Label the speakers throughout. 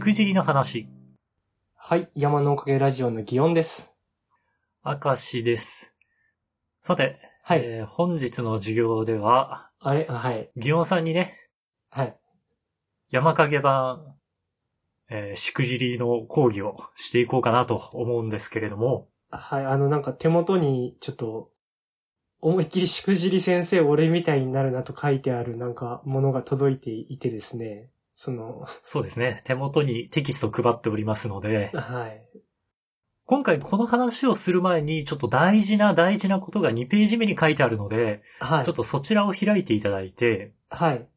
Speaker 1: くじりの話。
Speaker 2: はい、山のおかげラジオの祇園です。
Speaker 1: 明石です。さて、
Speaker 2: はい、
Speaker 1: えー本日の授業では、
Speaker 2: あれあはい、
Speaker 1: 祇園さんにね、
Speaker 2: はい。
Speaker 1: 山影版、えーしくじりの講義をしていこうかなと思うんですけれども、
Speaker 2: はい、あのなんか手元にちょっと、思いっきりしくじり先生俺みたいになるなと書いてあるなんかものが届いていてですね。その、
Speaker 1: そうですね、手元にテキスト配っておりますので、
Speaker 2: はい。
Speaker 1: 今回この話をする前に、ちょっと大事な大事なことが2ページ目に書いてあるので、
Speaker 2: はい。
Speaker 1: ちょっとそちらを開いていただいて、
Speaker 2: はい。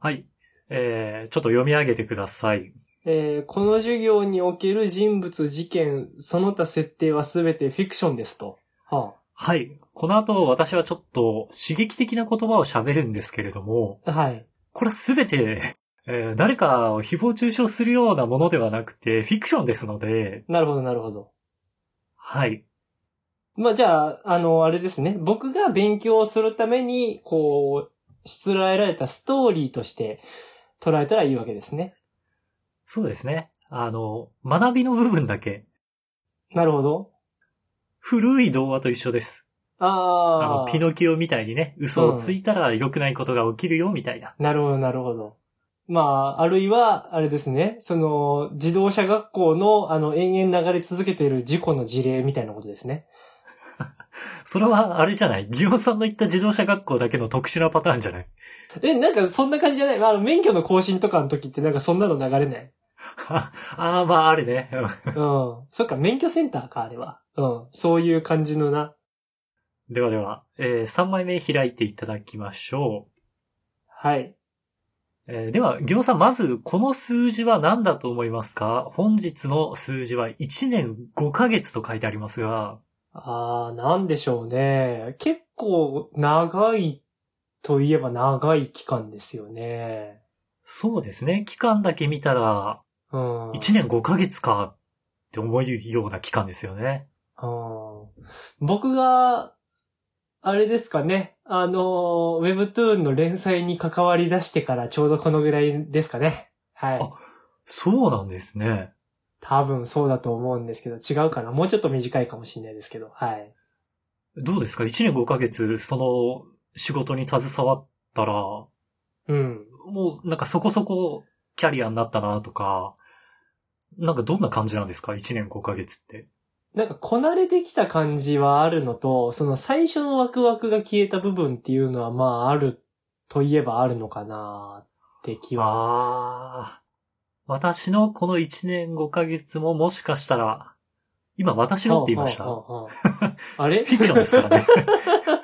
Speaker 1: はい、えーちょっと読み上げてください。
Speaker 2: えーこの授業における人物、事件、その他設定はすべてフィクションですと。は
Speaker 1: はい。この後、私はちょっと刺激的な言葉を喋るんですけれども、
Speaker 2: あ、はい。
Speaker 1: これすべて、えー誰かを誹謗中傷するようなものではなくて、フィクションですので、
Speaker 2: なるほど、なるほど。
Speaker 1: はい。
Speaker 2: まあ、じゃあ、あの、あれですね。僕が勉強するために、こう、しつらえられたストーリーとして捉えたらいいわけですね。
Speaker 1: そうですね。あの、学びの部分だけ、
Speaker 2: なるほど。
Speaker 1: 古い童話と一緒です。あ
Speaker 2: ああ
Speaker 1: の、。ピノキオみたいにね、嘘をついたら良くないことが起きるよ、みたいな。
Speaker 2: なるほど、なるほど。まあ、あるいは、あれですね。その、自動車学校の、あの、延々流れ続けている事故の事例みたいなことですね。
Speaker 1: それは、あれじゃない。ギオンさんの言った自動車学校だけの特殊なパターンじゃない。
Speaker 2: え、なんか、そんな感じじゃない、まあ、あの、免許の更新とかの時ってなんかそんなの流れない。
Speaker 1: ああー、まあ、あれね。うん
Speaker 2: うん。そっか、免許センターか、あれは。うん。そういう感じのな。
Speaker 1: ではでは、え3枚目開いていただきましょ
Speaker 2: はい。
Speaker 1: う。えーでは、ギョさん、まず、この数字は何だと思いますか本日の数字は1年5ヶ月と書いてありますが、
Speaker 2: ああ、なんでしょうね。結構長いといえば長い期間ですよね。
Speaker 1: そうですね。期間だけ見たら、
Speaker 2: うん。
Speaker 1: 1年5ヶ月かって思えるような期間ですよね。
Speaker 2: うん、僕が、あれですかね。あの、Webtoon の連載に関わり出してからちょうどこのぐらいですかね。はい
Speaker 1: あ。そうなんですね。
Speaker 2: 多分そうだと思うんですけど、違うかな。もうちょっと短いかもしれないですけど。はい。
Speaker 1: どうですか ?1 年5ヶ月、その、仕事に携わったら、も
Speaker 2: うん。
Speaker 1: う、なんかそこそこ、キャリアになったなとか、なんかどんな感じなんですか ?1 年5ヶ月って。
Speaker 2: なんかこなれてきた感じはあるのと、その最初のワクワクが消えた部分っていうのはまああるといえばあるのかなって気は。
Speaker 1: ああ。私のこの1年5ヶ月ももしかしたら、今私のって言いました。
Speaker 2: うん
Speaker 1: フ
Speaker 2: うんうんうんあれ
Speaker 1: ィクションですからね。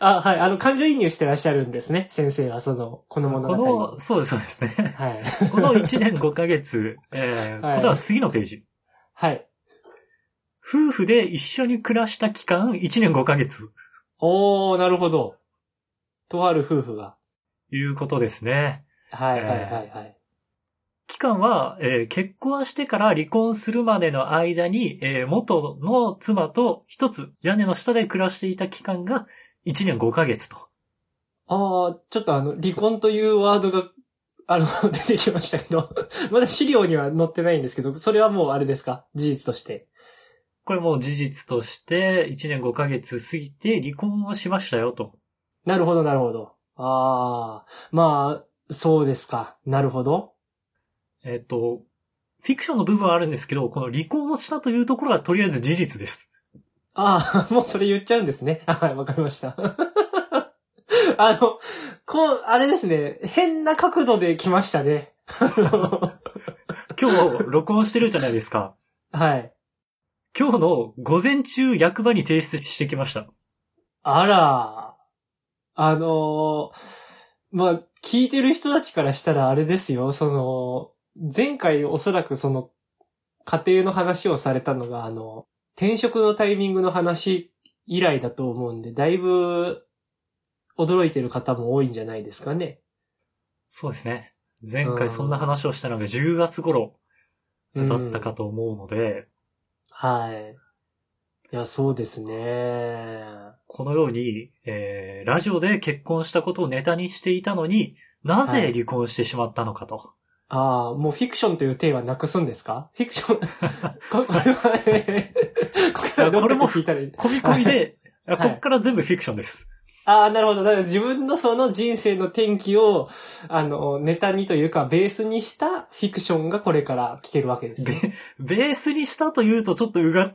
Speaker 2: あ、はい。あの、感情移入してらっしゃるんですね。先生は、その、この
Speaker 1: こ
Speaker 2: 物語に。
Speaker 1: の、そうです、そうです ね。
Speaker 2: はい。
Speaker 1: この1年5ヶ月、えー
Speaker 2: はい
Speaker 1: ことは次のページ。
Speaker 2: はい。
Speaker 1: 夫婦で一緒に暮らした期間1年5ヶ月
Speaker 2: おー、なるほど。とある夫婦が。
Speaker 1: ということですね。
Speaker 2: はい、はい、はい、はい。
Speaker 1: 期間は、えー結婚してから離婚するまでの間に、えー元の妻と一つ屋根の下で暮らしていた期間が1年5ヶ月と。
Speaker 2: あー、ちょっとあの、離婚というワードが、あの、 出てきましたけど、まだ資料には載ってないんですけど、それはもうあれですか事実として。
Speaker 1: これもう事実として、1年5ヶ月過ぎて離婚をしましたよと。
Speaker 2: なるほど、なるほど。ああ、まあ、そうですか。なるほど。
Speaker 1: えっ、と、フィクションの部分はあるんですけど、この離婚をしたというところはとりあえず事実です。
Speaker 2: ああ、もうそれ言っちゃうんですね。 はい、わかりました。あの、こう、あれですね。変な角度で来ましたね。あの
Speaker 1: 今日録音してるじゃないですか。
Speaker 2: はい。
Speaker 1: 今日の午前中役場に提出してきました。
Speaker 2: あら、あのまあ、聞いてる人たちからしたらあれですよ、その、前回おそらくその、家庭の話をされたのが、あの、転職のタイミングの話以来だと思うんで、だいぶ、驚いてる方も多いんじゃないですかね。
Speaker 1: そうですね。前回そんな話をしたのが10月頃だったかと思うので、
Speaker 2: はい。いや、そうですね。
Speaker 1: このように、えーラジオで結婚したことをネタにしていたのに、なぜ離婚してしまったのかと。
Speaker 2: ああ、もうフィクションという体はなくすんですかフィクション、 ここれは、えーここからどうやって聞いたらいい
Speaker 1: 込み込みで、
Speaker 2: はい
Speaker 1: こっから全部フィクションです。
Speaker 2: ああ、なるほど。だから自分のその人生の転機を、あの、ネタにというか、ベースにしたフィクションがこれから聞けるわけですね。
Speaker 1: ベースにしたというとちょっとうが、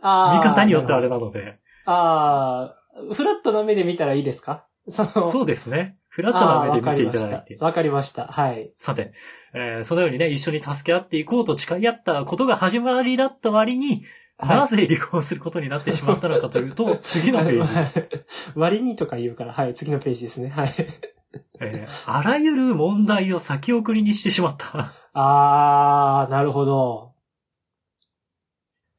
Speaker 2: ああ。
Speaker 1: 見方によってあれ
Speaker 2: なる
Speaker 1: なので。
Speaker 2: ほど。ああ、フラットな目で見たらいいですかその、
Speaker 1: そうですね。フラット
Speaker 2: ああ
Speaker 1: な目で見ていただいて。
Speaker 2: わかりました。わかりました。はい。
Speaker 1: さて、えーそのようにね、一緒に助け合っていこうと誓い合ったことが始まりだった割に、な
Speaker 2: は
Speaker 1: ぜ離婚することになってしまったのかという と、次
Speaker 2: い。
Speaker 1: のページ。
Speaker 2: 割にとか言うから、はい。次のページですね。はい。
Speaker 1: えーあらゆる問題を先送りにしてしまった。
Speaker 2: ああ、なるほど。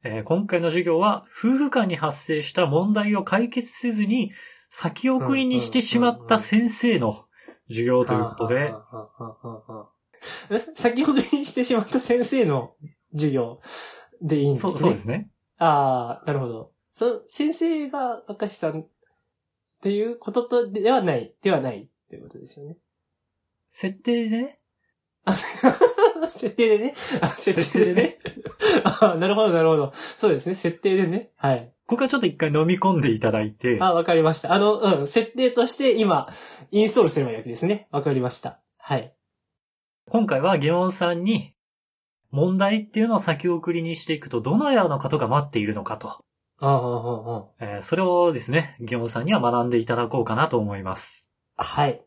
Speaker 1: えー今回の授業は、夫婦間に発生した問題を解決せずに、先送りにしてしまった先生の授業ということで、
Speaker 2: はあはあはあはあはあ。え先ほどにしてしまった先生の授業でいいんです
Speaker 1: そ
Speaker 2: ね。
Speaker 1: うそうですね。
Speaker 2: ああ、なるほど。そ、先生が明石さんっていうことと、ではない、ではないっていうことですよね。
Speaker 1: 設定でね、
Speaker 2: あ設定でね。あ設定でね。あなるほど、なるほど。そうですね、設定でね。はい。
Speaker 1: ここはちょっと一回飲み込んでいただいて、
Speaker 2: あ、わかりました。あの、うん、設定として今、インストールすればいいわけですね。わかりました。はい。
Speaker 1: 今回はギオンさんに、問題っていうのを先送りにしていくと、どのようなことが待っているのかと、
Speaker 2: うんうんうんうん。
Speaker 1: えーそれをですね、ギオンさんには学んでいただこうかなと思います。
Speaker 2: はい。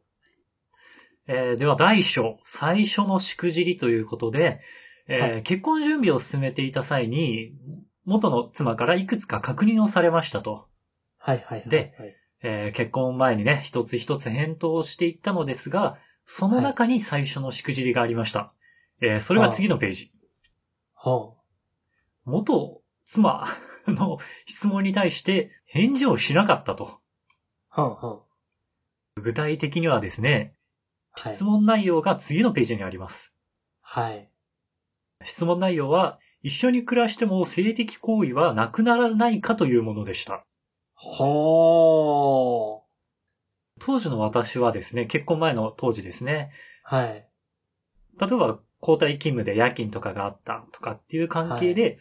Speaker 1: えーでは、第一章、最初のしくじりということで、えー
Speaker 2: は
Speaker 1: 結婚準備を進めていた際に、元の妻からいくつか確認をされましたと。
Speaker 2: はいはいはい。
Speaker 1: で、えー結婚前にね、一つ一つ返答をしていったのですが、その中に最初のしくじりがありました。えーそれが次のページ。
Speaker 2: ほ
Speaker 1: 元妻 の質問に対して返事をしなかったと。
Speaker 2: う。ほうほう。
Speaker 1: 具体的にはですね、
Speaker 2: はい
Speaker 1: 質問内容が次のページにあります。
Speaker 2: はい。
Speaker 1: 質問内容は、一緒に暮らしても性的行為はなくならないかというものでした。
Speaker 2: ほう。
Speaker 1: 当時の私はですね、結婚前の当時ですね、
Speaker 2: はい。
Speaker 1: 例えば交代勤務で夜勤とかがあったとかっていう関係で、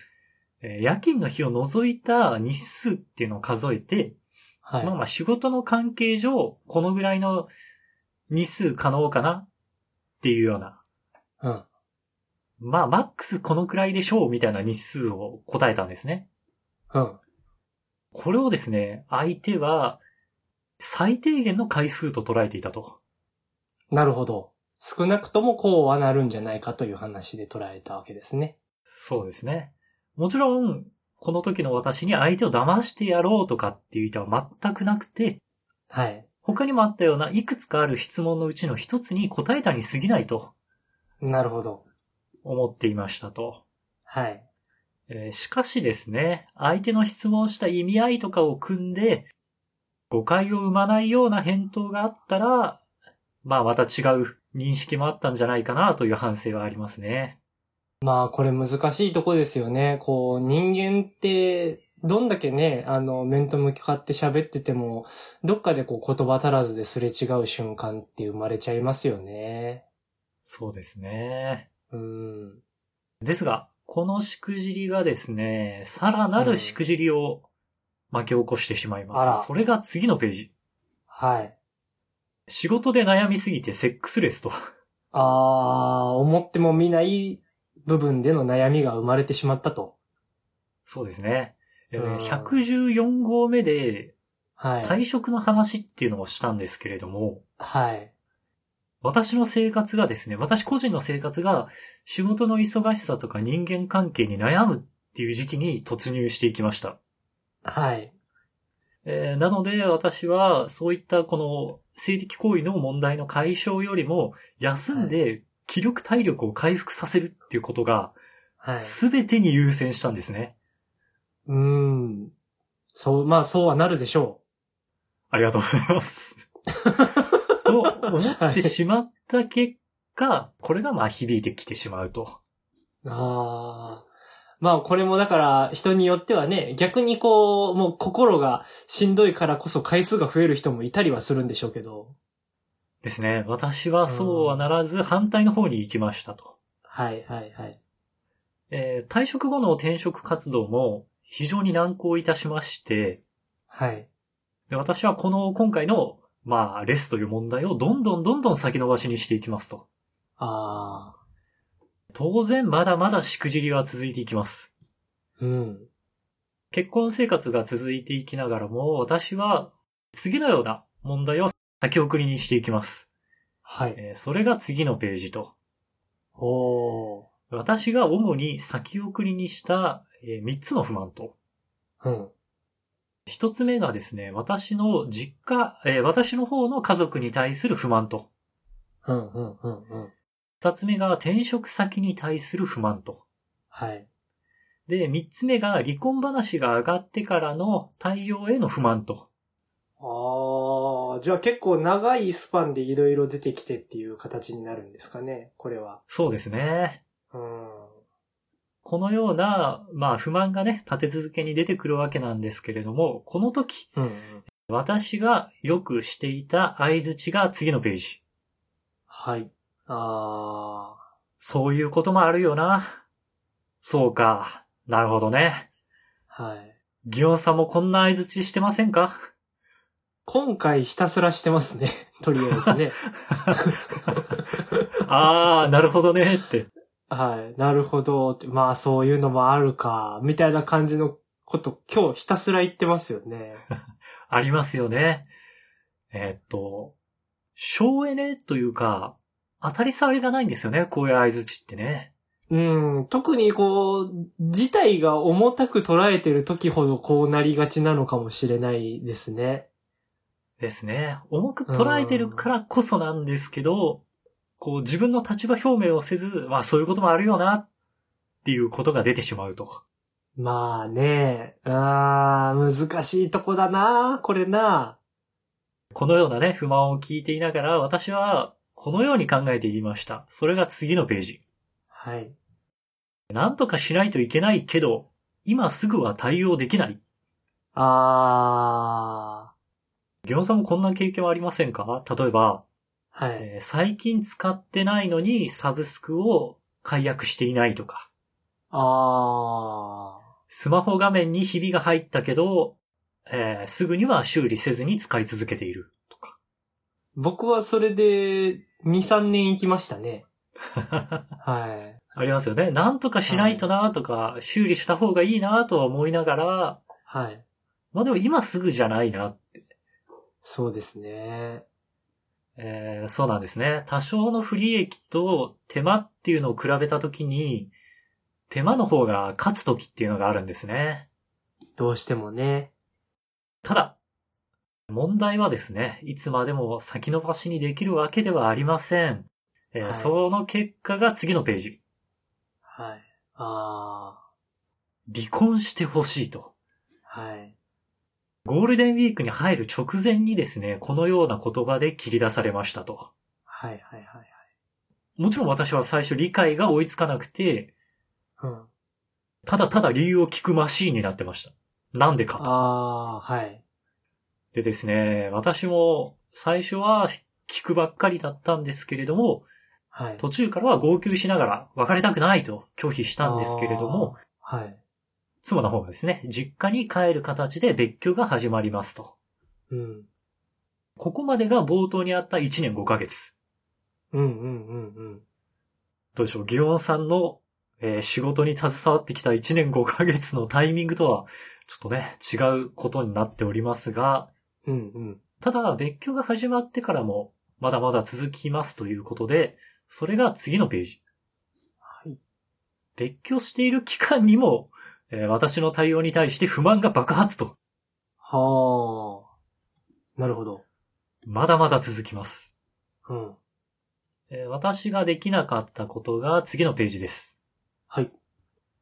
Speaker 1: えー夜勤の日を除いた日数っていうのを数えて、
Speaker 2: はい。
Speaker 1: まあまあ仕事の関係上、このぐらいの日数可能かなっていうような。
Speaker 2: うん。
Speaker 1: まあマックスこのくらいでしょうみたいな日数を答えたんですね。
Speaker 2: うん。
Speaker 1: これをですね、相手は最低限の回数と捉えていたと。
Speaker 2: なるほど。少なくともこうはなるんじゃないかという話で捉えたわけですね。
Speaker 1: そうですね。もちろん、この時の私に相手を騙してやろうとかっていう意図は全くなくて、
Speaker 2: はい。
Speaker 1: 他にもあったようないくつかある質問のうちの一つに答えたに過ぎないと
Speaker 2: なるほど。
Speaker 1: 思っていましたと。
Speaker 2: はい。
Speaker 1: えーしかしですね、相手の質問した意味合いとかを組んで、誤解を生まないような返答があったら、まあまた違う認識もあったんじゃないかなという反省はありますね。
Speaker 2: まあこれ難しいとこですよね。こう人間ってどんだけね、あの面と向かって喋ってても、どっかでこう言葉足らずですれ違う瞬間って生まれちゃいますよね。
Speaker 1: そうですね。
Speaker 2: うん。
Speaker 1: ですが、このしくじりがですね、さらなるしくじりを巻き起こしてしまい
Speaker 2: あ
Speaker 1: ます。
Speaker 2: ら
Speaker 1: それが次のページ。
Speaker 2: はい。
Speaker 1: 仕事で悩みすぎてセックスレスと。
Speaker 2: ああ、思っても見ない部分での悩みが生まれてしまったと。
Speaker 1: そうですね。えー
Speaker 2: うん
Speaker 1: 114号目で
Speaker 2: はい。
Speaker 1: 退職の話っていうのをしたんですけれども、
Speaker 2: はい。
Speaker 1: 私の生活がですね、私個人の生活が仕事の忙しさとか人間関係に悩むっていう時期に突入していきました。
Speaker 2: はい。
Speaker 1: えーなので私はそういったこの性的行為の問題の解消よりも休んで気力体力を回復させるっていうことが
Speaker 2: はい。
Speaker 1: 全てに優先したんですね。
Speaker 2: うーん。そう、まあそうはなるでしょ
Speaker 1: ありがとうござい ます。と思ってしまった結果、これがまあ響いてきてしまうと。
Speaker 2: う。ああ。まあこれもだから人によってはね、逆にこう、もう心がしんどいからこそ回数が増える人もいたりはするんでしょうけど。
Speaker 1: ですね。私はそうはならず反対の方に行きましたと。
Speaker 2: はいはいはい。
Speaker 1: えー退職後の転職活動も非常に難航いたしまして、
Speaker 2: はい。
Speaker 1: で私はこの今回の、まあ、レスという問題をどんどんどんどん先延ばしにしていきますと。
Speaker 2: ああ。
Speaker 1: 当然まだまだしくじりは続いていきます。
Speaker 2: うん。
Speaker 1: 結婚生活が続いていきながらも、私は次のような問題を先送りにしていきます。
Speaker 2: はい。
Speaker 1: えーそれが次のページと。
Speaker 2: おー。
Speaker 1: 私が主に先送りにした、え3つの不満と。
Speaker 2: うん。
Speaker 1: 1つ目がですね、私の実家、えー私の方の家族に対する不満と。
Speaker 2: うんうんうんうん。
Speaker 1: 2つ目が転職先に対する不満と。
Speaker 2: はい。
Speaker 1: で、3つ目が離婚話が上がってからの対応への不満と。
Speaker 2: ああ。じゃあ結構長いスパンでいろいろ出てきてっていう形になるんですかね、これは。
Speaker 1: そうですね。
Speaker 2: うん。
Speaker 1: このような、まあ不満がね、立て続けに出てくるわけなんですけれども、この時、
Speaker 2: うん。
Speaker 1: 私がよくしていた相づちが次のページ。
Speaker 2: はい。ああ。
Speaker 1: そういうこともあるよな。そうか。なるほどね。
Speaker 2: はい。
Speaker 1: ギオンさんもこんな相づちしてませんか
Speaker 2: 今回ひたすらしてますね。 とりあえず ね。
Speaker 1: あー、なるほどねって。
Speaker 2: はい。なるほどって。まあそういうのもあるか。みたいな感じのこと、今日ひたすら言ってますよ ね。
Speaker 1: ありますよね。えーっと、省エネというか、当たり障りがないんですよね、こういう相づちってね。
Speaker 2: うん。特にこう、事態が重たく捉えてる時ほどこうなりがちなのかもしれないですね。
Speaker 1: ですね。重く捉えてるからこそなんですけど、こう自分の立場表明をせず、まあそういうこともあるよな、っていうことが出てしまうと。
Speaker 2: まあね。あー、難しいとこだな。これな。
Speaker 1: このようなね、不満を聞いていながら、私はこのように考えていました。それが次のページ。
Speaker 2: はい。
Speaker 1: なんとかしないといけないけど、今すぐは対応できない。
Speaker 2: あ
Speaker 1: ギョンさんもこんな経験はありませんか例えば、
Speaker 2: ー。はい。
Speaker 1: えー最近使ってないのにサブスクを解約していないとか、
Speaker 2: あ
Speaker 1: スマホ画面にひびが入ったけど、えーすぐには修理せずに使い続けているとか。
Speaker 2: ー。僕はそれで、2、3年行きました ね。はい。
Speaker 1: ありますよね。なんとかしないとなとか、修理した方がいいなとは思いながら、
Speaker 2: はい。
Speaker 1: まあでも今すぐじゃないな。
Speaker 2: そうですね。
Speaker 1: えーそうなんですね。多少の不利益と手間っていうのを比べたときに、手間の方が勝つときっていうのがあるんですね。
Speaker 2: どうしてもね。
Speaker 1: ただ、問題はですね、いつまでも先延ばしにできるわけではありません。えー
Speaker 2: はい
Speaker 1: その結果が次のページ。
Speaker 2: はい。あ
Speaker 1: 離婚してほしいと。
Speaker 2: あ。はい。
Speaker 1: ゴールデンウィークに入る直前にですね、このような言葉で切り出されましたと。
Speaker 2: はいはいはい。
Speaker 1: もちろん私は最初理解が追いつかなくて、
Speaker 2: うん。あ
Speaker 1: ただただ理由を聞くマシーンになってました。なんでかと。
Speaker 2: あー、はい。
Speaker 1: でですね、私も最初は聞くばっかりだったんですけれども、
Speaker 2: はい。
Speaker 1: 途中からは号泣しながら別れたくないと拒否したんですけれども、
Speaker 2: はい。
Speaker 1: 妻の方がですね、実家に帰る形で別居が始まりますと。
Speaker 2: うん。
Speaker 1: ここまでが冒頭にあった1年5ヶ月。
Speaker 2: うんうんうんうん。
Speaker 1: どうでしょう、ギオンさんの、えー仕事に携わってきた1年5ヶ月のタイミングとは、ちょっとね、違うことになっておりますが、
Speaker 2: うんうん。
Speaker 1: ただ、別居が始まってからも、まだまだ続きますということで、それが次のページ。
Speaker 2: はい。
Speaker 1: 別居している期間にも、えー私の対応に対して不満が爆発と、
Speaker 2: はあ。なるほど。
Speaker 1: まだまだ続きます。
Speaker 2: うん。
Speaker 1: えー私ができなかったことが次のページです。
Speaker 2: はい。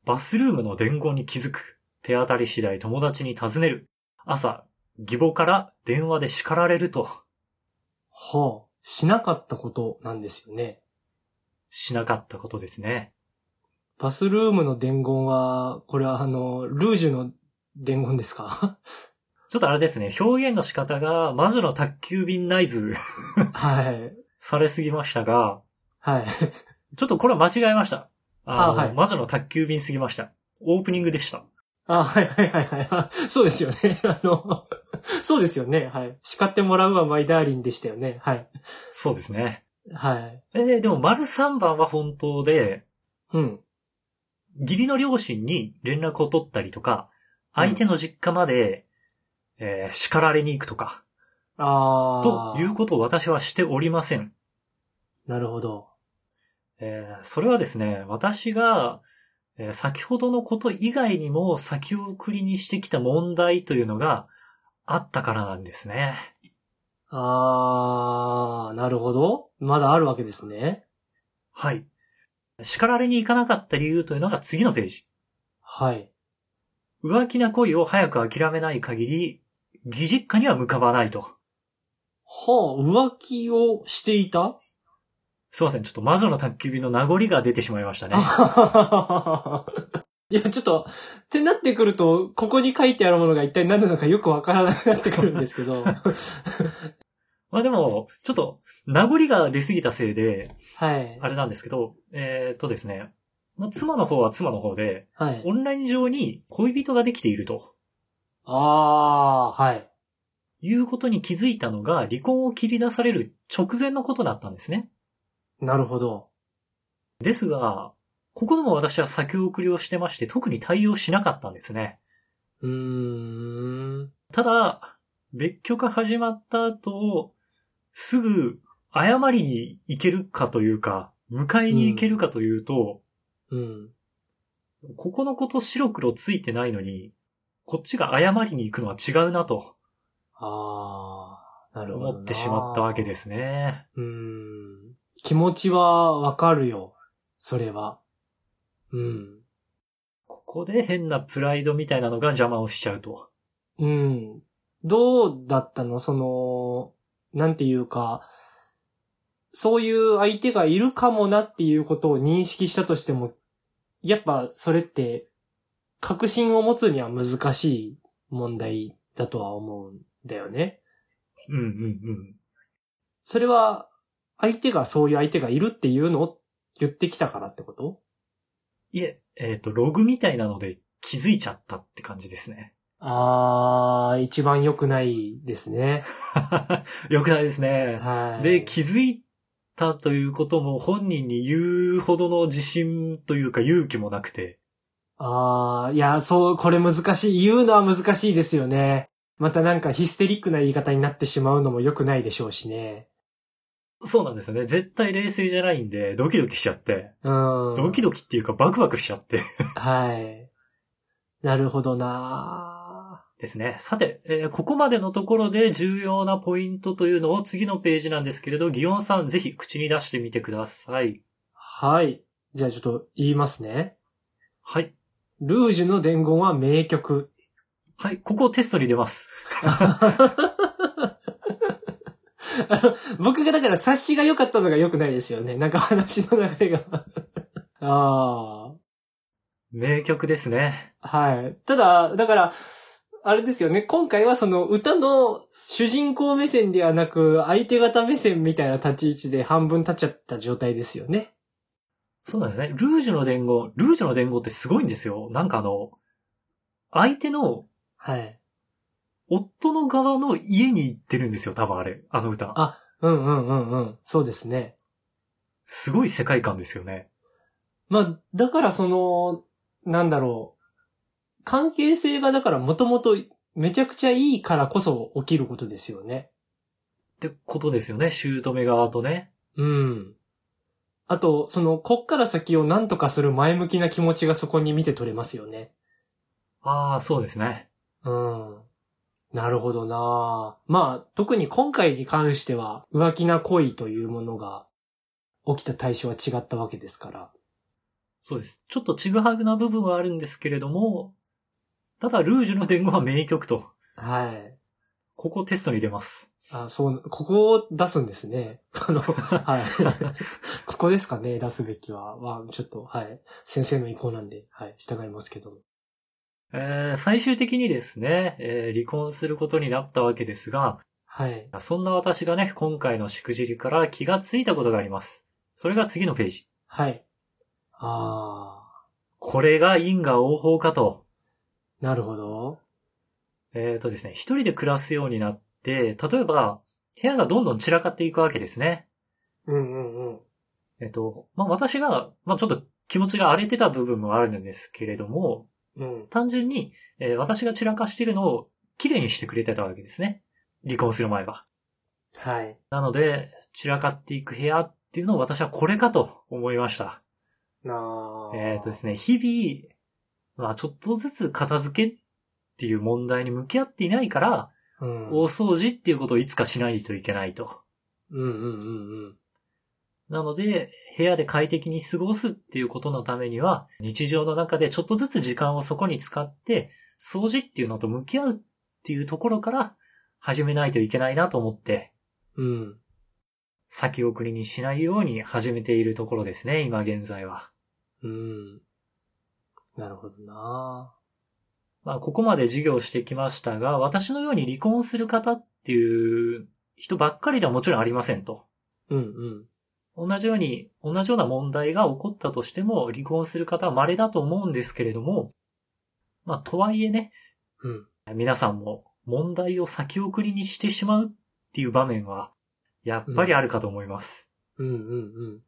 Speaker 1: バスルームの伝言に気づく。手当たり次第友達に尋ねる。朝、義母から電話で叱られると。
Speaker 2: はあ。しなかったことなんですよね。
Speaker 1: しなかったことですね。
Speaker 2: バスルームの伝言は、これはあの、ルージュの伝言ですか
Speaker 1: ちょっとあれですね、表現の仕方が魔女の宅急便ナイズ
Speaker 2: はい。
Speaker 1: されすぎましたが、
Speaker 2: はい。
Speaker 1: ちょっとこれは間違えました。あの
Speaker 2: あはい
Speaker 1: 魔女の宅急便すぎました。オープニングでした。
Speaker 2: あ、はいはいはいはいあ。そうですよね。 あの、そうですよね。はい。叱ってもらうはマイダーリンでしたよね。はい。
Speaker 1: そうですね。
Speaker 2: はい。
Speaker 1: えーでも丸3番は本当で、
Speaker 2: うん。
Speaker 1: 義理の両親に連絡を取ったりとか、
Speaker 2: うん
Speaker 1: 相手の実家まで、えー叱られに行くとか、
Speaker 2: ああ。
Speaker 1: ということを私はしておりません。
Speaker 2: なるほど。
Speaker 1: えーそれはですね、私が、えー先ほどのこと以外にも先送りにしてきた問題というのがあったからなんですね。
Speaker 2: ああ、なるほど。まだあるわけですね。
Speaker 1: はい。叱られに行かなかった理由というのが次のページ。
Speaker 2: はい。
Speaker 1: 浮気な恋を早く諦めない限り、義実家には向かわないと。
Speaker 2: はあ、浮気をしていた
Speaker 1: すいません、ちょっと魔女の宅急便の名残が出てしまいましたね。
Speaker 2: あ いや、ちょっと、ってなってくると、ここに書いてあるものが一体何なのかよくわからなくなってくるんです けど。
Speaker 1: まあでも、ちょっと名残が出すぎたせいで、
Speaker 2: はい。
Speaker 1: あれなんですけど、えーっとですね、まあ、妻の方は妻の方で、
Speaker 2: はい。
Speaker 1: オンライン上に恋人ができていると
Speaker 2: ああー、はい。
Speaker 1: いうことに気づいたのが離婚を切り出される直前のことだったんですね。
Speaker 2: なるほど。
Speaker 1: ですが、ここでも私は先送りをしてまして特に対応しなかったんですね。
Speaker 2: うーん。
Speaker 1: ただ、別居が始まった後、すぐ謝りに行けるかというか、迎えに行けるかというと、
Speaker 2: うん。
Speaker 1: ここのこと白黒ついてないのに、こっちが謝りに行くのは違うなと
Speaker 2: ああ、なるほどな。
Speaker 1: 思ってしまったわけですね。
Speaker 2: うーん。気持ちはわかるよ。それは。うん。
Speaker 1: ここで変なプライドみたいなのが邪魔をしちゃうと。
Speaker 2: うん。どうだったのその、なんていうか、そういう相手がいるかもなっていうことを認識したとしても、やっぱそれって、確信を持つには難しい問題だとは思うんだよね。
Speaker 1: うんうんうん。
Speaker 2: それは、相手がそういう相手がいるっていうのを言ってきたからってこと
Speaker 1: いえ、えっ、と、ログみたいなので気づいちゃったって感じですね。
Speaker 2: あー、一番良くないですね。
Speaker 1: よくないですね。
Speaker 2: はい。
Speaker 1: で、気づいたということも本人に言うほどの自信というか勇気もなくて。
Speaker 2: ああ、いや、そう、これ難しい。言うのは難しいですよね。またなんかヒステリックな言い方になってしまうのも良くないでしょうしね。
Speaker 1: そうなんですよね。絶対冷静じゃないんで、ドキドキしちゃって。
Speaker 2: うん。
Speaker 1: ドキドキっていうかバクバクしちゃって。
Speaker 2: はい。なるほどな
Speaker 1: ですね。さて、えーここまでのところで重要なポイントというのを次のページなんですけれど、ギオンさんぜひ口に出してみてください。
Speaker 2: はい。じゃあちょっと言いますね。
Speaker 1: はい。
Speaker 2: ルージュの伝言は名曲。
Speaker 1: はい、ここテストに出ます。
Speaker 2: あの僕がだから察しが良かったのが良くないですよね。なんか話の流れが。 ああ。
Speaker 1: 名曲ですね。
Speaker 2: はい。ただ、だから、あれですよね。今回はその歌の主人公目線ではなく、相手方目線みたいな立ち位置で半分立っちゃった状態ですよね。
Speaker 1: そうなんですね。ルージュの伝言、ルージュの伝言ってすごいんですよ。なんかあの、相手の
Speaker 2: はい。
Speaker 1: 夫の側の家に行ってるんですよ、多分あれ、あの歌。
Speaker 2: あうんうんうんうん。そうですね。
Speaker 1: すごい世界観ですよね。
Speaker 2: まあ、だからその、なんだろう。関係性がだからもともとめちゃくちゃいいからこそ起きることですよね。
Speaker 1: ってことですよね、姑側とね。
Speaker 2: うん。あと、その、こっから先を何とかする前向きな気持ちがそこに見て取れますよね。
Speaker 1: ああ、そうですね。
Speaker 2: うん。なるほどなまあ、特に今回に関しては、浮気な恋というものが、起きた対象は違ったわけですから。
Speaker 1: そうです。ちょっとちぐはぐな部分はあるんですけれども、ただ、ルージュの伝言は名曲と。
Speaker 2: はい。
Speaker 1: ここテストに出ます。
Speaker 2: あ、そう、ここを出すんですね。 あの、はい。 ここですかね、出すべきは。は、ちょっと、はい。先生の意向なんで、はい、従いますけども。
Speaker 1: えー最終的にですね、えー離婚することになったわけですが、
Speaker 2: はい。
Speaker 1: そんな私がね、今回のしくじりから気がついたことがあります。それが次のページ。
Speaker 2: はい。あ
Speaker 1: これが因果応報かと。
Speaker 2: ー、なるほど。
Speaker 1: えっ、とですね、一人で暮らすようになって、例えば、部屋がどんどん散らかっていくわけですね。
Speaker 2: うんうんうん。
Speaker 1: えっ、と、まあ、私が、まあ、ちょっと気持ちが荒れてた部分もあるんですけれども、
Speaker 2: うん。
Speaker 1: 単純に、えー私が散らかしてるのを綺麗にしてくれてたわけですね。離婚する前は。
Speaker 2: はい。
Speaker 1: なので、散らかっていく部屋っていうのを私はこれかと思いました。
Speaker 2: なー
Speaker 1: えっ、とですね、日々、まあちょっとずつ片付けっていう問題に向き合っていないから、
Speaker 2: うん。
Speaker 1: 大掃除っていうことをいつかしないといけないと。
Speaker 2: うんうんうんうん。
Speaker 1: なので、部屋で快適に過ごすっていうことのためには、日常の中でちょっとずつ時間をそこに使って、掃除っていうのと向き合うっていうところから始めないといけないなと思って、
Speaker 2: うん。
Speaker 1: 先送りにしないように始めているところですね、今現在は。
Speaker 2: うん。なるほどな
Speaker 1: まあ、ここまで授業してきましたが、私のように離婚する方っていう人ばっかりではもちろんありませんと。
Speaker 2: うんうん。
Speaker 1: 同じように、同じような問題が起こったとしても、離婚する方は稀だと思うんですけれども、まあ、とはいえね、
Speaker 2: うん。
Speaker 1: 皆さんも問題を先送りにしてしまうっていう場面は、やっぱりあるかと思います。
Speaker 2: うんうんうん。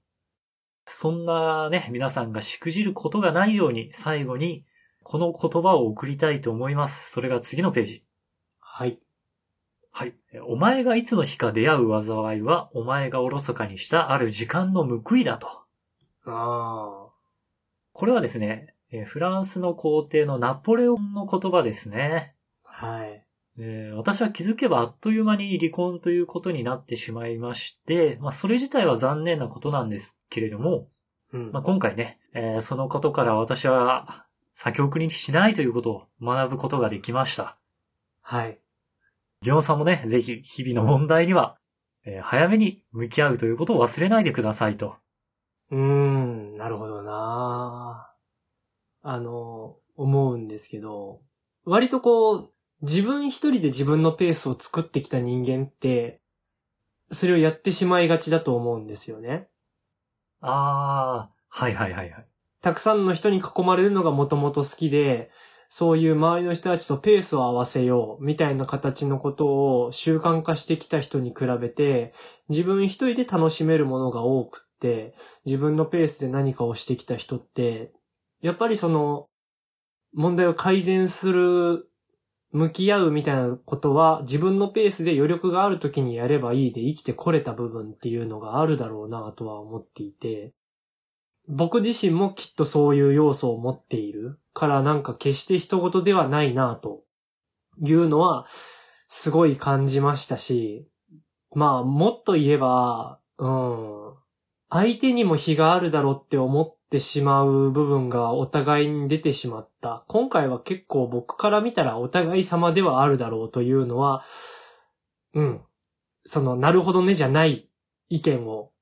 Speaker 1: そんなね、皆さんがしくじることがないように、最後に、この言葉を送りたいと思います。それが次のページ。
Speaker 2: はい。
Speaker 1: はい。えお前がいつの日か出会う災いは、お前がおろそかにしたある時間の報いだと。
Speaker 2: あ
Speaker 1: これはですね、えーフランスの皇帝のナポレオンの言葉ですね。
Speaker 2: あ。はい。
Speaker 1: えー私は気づけばあっという間に離婚ということになってしまいまして、まあそれ自体は残念なことなんですけれども、
Speaker 2: うん
Speaker 1: まあ今回ね、えーそのことから私は先送りにしないということを学ぶことができました。
Speaker 2: はい。
Speaker 1: ギオンさんもね、ぜひ日々の問題には、えー早めに向き合うということを忘れないでくださいと。
Speaker 2: うーん、なるほどなあの、思うんですけど、割とこう、自分一人で自分のペースを作ってきた人間って、それをやってしまいがちだと思うんですよね。
Speaker 1: あー、はいはいはいはい。
Speaker 2: たくさんの人に囲まれるのがもともと好きで、そういう周りの人たちとペースを合わせようみたいな形のことを習慣化してきた人に比べて、自分一人で楽しめるものが多くって、自分のペースで何かをしてきた人って、やっぱりその、問題を改善する、向き合うみたいなことは自分のペースで余力がある時にやればいいで生きてこれた部分っていうのがあるだろうなとは思っていて、僕自身もきっとそういう要素を持っているからなんか決して人事ではないなというのはすごい感じましたし、まあもっと言えば、うん、相手にも非があるだろうって思ってしまう部分がお互いに出てしまった。今回は結構僕から見たらお互い様ではあるだろうというのは、うん、そのなるほどねじゃない意見を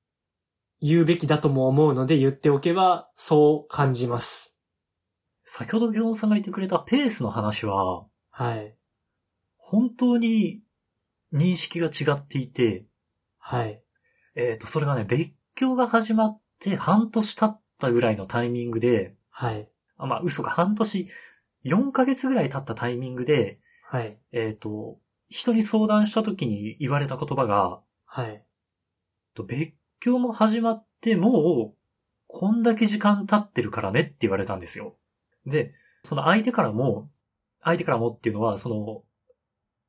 Speaker 2: 言うべきだとも思うので言っておけば、そう感じます。
Speaker 1: 先ほどギオンさんが言ってくれたペースの話は、
Speaker 2: はい。
Speaker 1: 本当に認識が違っていて、
Speaker 2: はい。
Speaker 1: えっ、と、それがね、別居が始まって半年経ったぐらいのタイミングで、
Speaker 2: はい。
Speaker 1: あまあ嘘か、半年、4ヶ月ぐらい経ったタイミングで、
Speaker 2: はい。
Speaker 1: えっ、と、人に相談した時に言われた言葉が、
Speaker 2: はい。
Speaker 1: と、別居も始まってもう、こんだけ時間経ってるからねって言われたんですよ。で、その相手からも、相手からもっていうのは、その、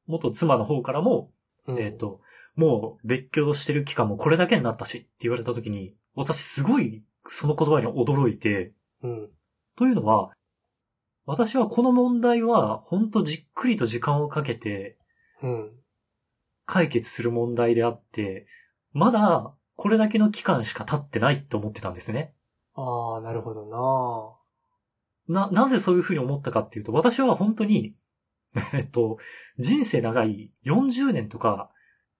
Speaker 1: 元妻の方からも、
Speaker 2: うん
Speaker 1: えっ、。と、もう別居してる期間もこれだけになったしって言われた時に、私すごいその言葉に驚いて、
Speaker 2: うん。
Speaker 1: というのは、私はこの問題は、ほんとじっくりと時間をかけて、
Speaker 2: うん。
Speaker 1: 解決する問題であって、まだこれだけの期間しか経ってないと思ってたんですね。
Speaker 2: ああ、なるほどな
Speaker 1: な、なぜそういうふうに思ったかっていうと、私は本当に、 えっと、人生長い40年とか、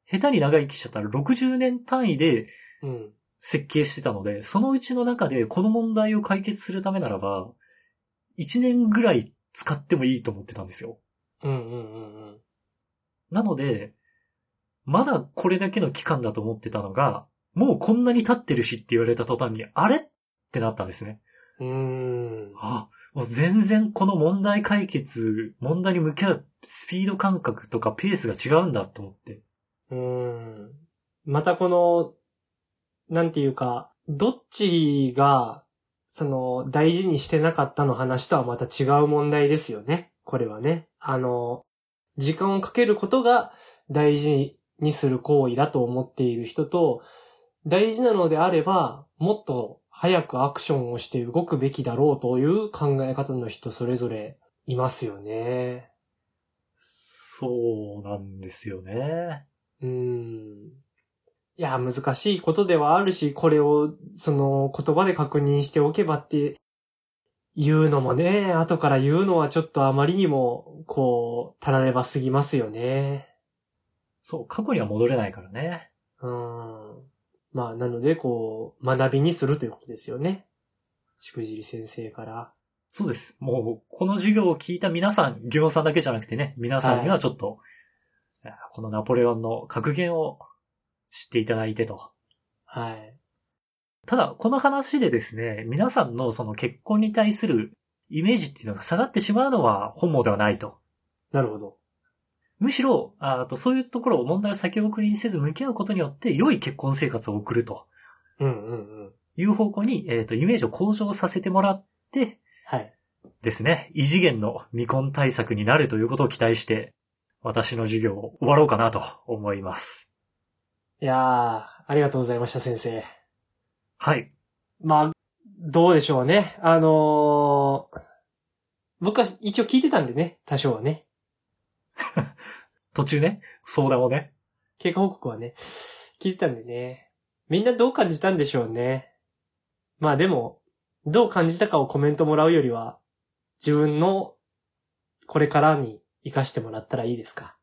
Speaker 1: 下手に長生きしちゃったら60年単位で
Speaker 2: うん。
Speaker 1: 設計してたので、そのうちの中でこの問題を解決するためならば、1年ぐらい使ってもいいと思ってたんですよ。
Speaker 2: うんうんうんうん。
Speaker 1: なので、まだこれだけの期間だと思ってたのが、もうこんなに経ってるしって言われた途端に、あれってなったんですね。
Speaker 2: うーん。
Speaker 1: あ、もう全然この問題解決、問題に向き合うスピード感覚とかペースが違うんだと思って。
Speaker 2: うーん。またこの、なんていうか、どっちが、その、大事にしてなかったの話とはまた違う問題ですよね。これはね。あの、時間をかけることが大事にする行為だと思っている人と、大事なのであれば、もっと早くアクションをして動くべきだろうという考え方の人それぞれいますよね。
Speaker 1: そうなんですよね。
Speaker 2: うーんいや、難しいことではあるし、これを、その、言葉で確認しておけばって、言うのもね、後から言うのはちょっとあまりにも、こう、たらればすぎますよね。
Speaker 1: そう、過去には戻れないからね。
Speaker 2: うーん。まあ、なので、こう、学びにするということですよね。しくじり先生から。
Speaker 1: そうです。もう、この授業を聞いた皆さん、ギョンさんだけじゃなくてね、皆さんにはちょっと、あこのナポレオンの格言を知っていただいてと。
Speaker 2: はい。
Speaker 1: ただ、この話でですね、皆さんのその結婚に対するイメージっていうのが下がってしまうのは本望ではないと。
Speaker 2: なるほど。
Speaker 1: むしろ、あとそういうところを問題を先送りにせず向き合うことによって良い結婚生活を送ると
Speaker 2: うんうんうん。
Speaker 1: いう方向に、えっ、と、イメージを向上させてもらって
Speaker 2: はい。
Speaker 1: ですね、異次元の未婚対策になるということを期待して、私の授業を終わろうかなと思います。
Speaker 2: いやー、ありがとうございました、先生。
Speaker 1: はい。
Speaker 2: まあ、どうでしょうね。あのー僕は一応聞いてたんでね、多少はね。
Speaker 1: 途中ね、相談をね。
Speaker 2: 経過報告はね、聞いてたんでね。みんなどう感じたんでしょうね。まあでも、どう感じたかをコメントもらうよりは、自分のこれからに活かしてもらったらいいですか。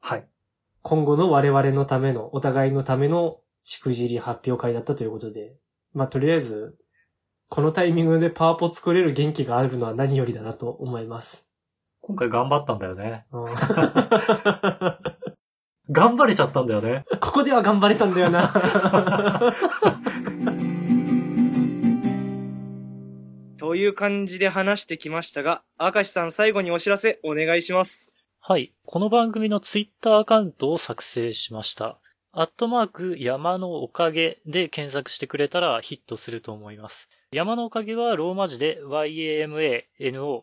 Speaker 1: はい。
Speaker 2: 今後の我々のための、お互いのためのしくじり発表会だったということで、まあとりあえず、このタイミングでパワポ作れる元気があるのは何よりだなと思います。
Speaker 1: 今回頑張ったんだよね。
Speaker 2: うん
Speaker 1: 頑張れちゃったんだよね。
Speaker 2: ここでは頑張れたんだよな。
Speaker 3: という感じで話してきましたが、明石さん最後にお知らせお願いします。
Speaker 4: はい。この番組のツイッターアカウントを作成しました。アットマーク山のおかげで検索してくれたらヒットすると思います。山のおかげはローマ字で YAMANO。